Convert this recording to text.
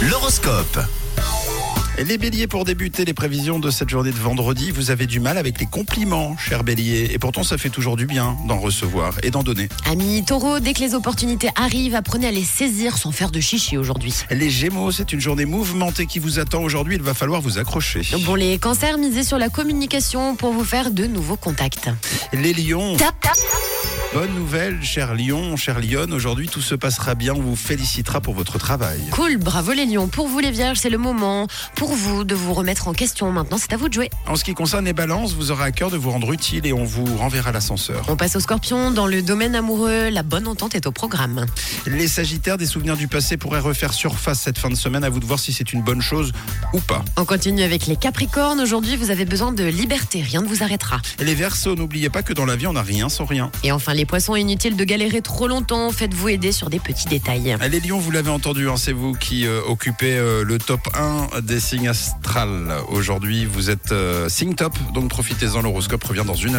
l'horoscope. Les béliers, pour débuter les prévisions de cette journée de vendredi, vous avez du mal avec les compliments, cher bélier. Et pourtant, ça fait toujours du bien d'en recevoir et d'en donner. Amis taureaux, dès que les opportunités arrivent, apprenez à les saisir sans faire de chichi aujourd'hui. Les gémeaux, c'est une journée mouvementée qui vous attend aujourd'hui. Il va falloir vous accrocher. Bon, les cancers, misez sur la communication pour vous faire de nouveaux contacts. Les lions, Tap, tap. bonne nouvelle, cher lion, chère lionne. Aujourd'hui, tout se passera bien. On vous félicitera pour votre travail. Cool, bravo les lions. Pour vous les vierges, c'est le moment pour vous de vous remettre en question. Maintenant, c'est à vous de jouer. En ce qui concerne les balances, vous aurez à cœur de vous rendre utile et on vous renverra l'ascenseur. On passe aux scorpions. Dans le domaine amoureux, la bonne entente est au programme. Les sagittaires, des souvenirs du passé pourraient refaire surface cette fin de semaine. À vous de voir si c'est une bonne chose ou pas. On continue avec les capricornes. Aujourd'hui, vous avez besoin de liberté. Rien ne vous arrêtera. Les Verseaux, n'oubliez pas que dans la vie, on n'a rien sans rien. Et enfin, les poissons, inutile de galérer trop longtemps. Faites-vous aider sur des petits détails. Les Lions, vous l'avez entendu, hein, c'est vous qui euh, occupez euh, le top 1 des signes astrales. Aujourd'hui, vous êtes euh, signe top, donc profitez-en, l'horoscope revient dans une heure.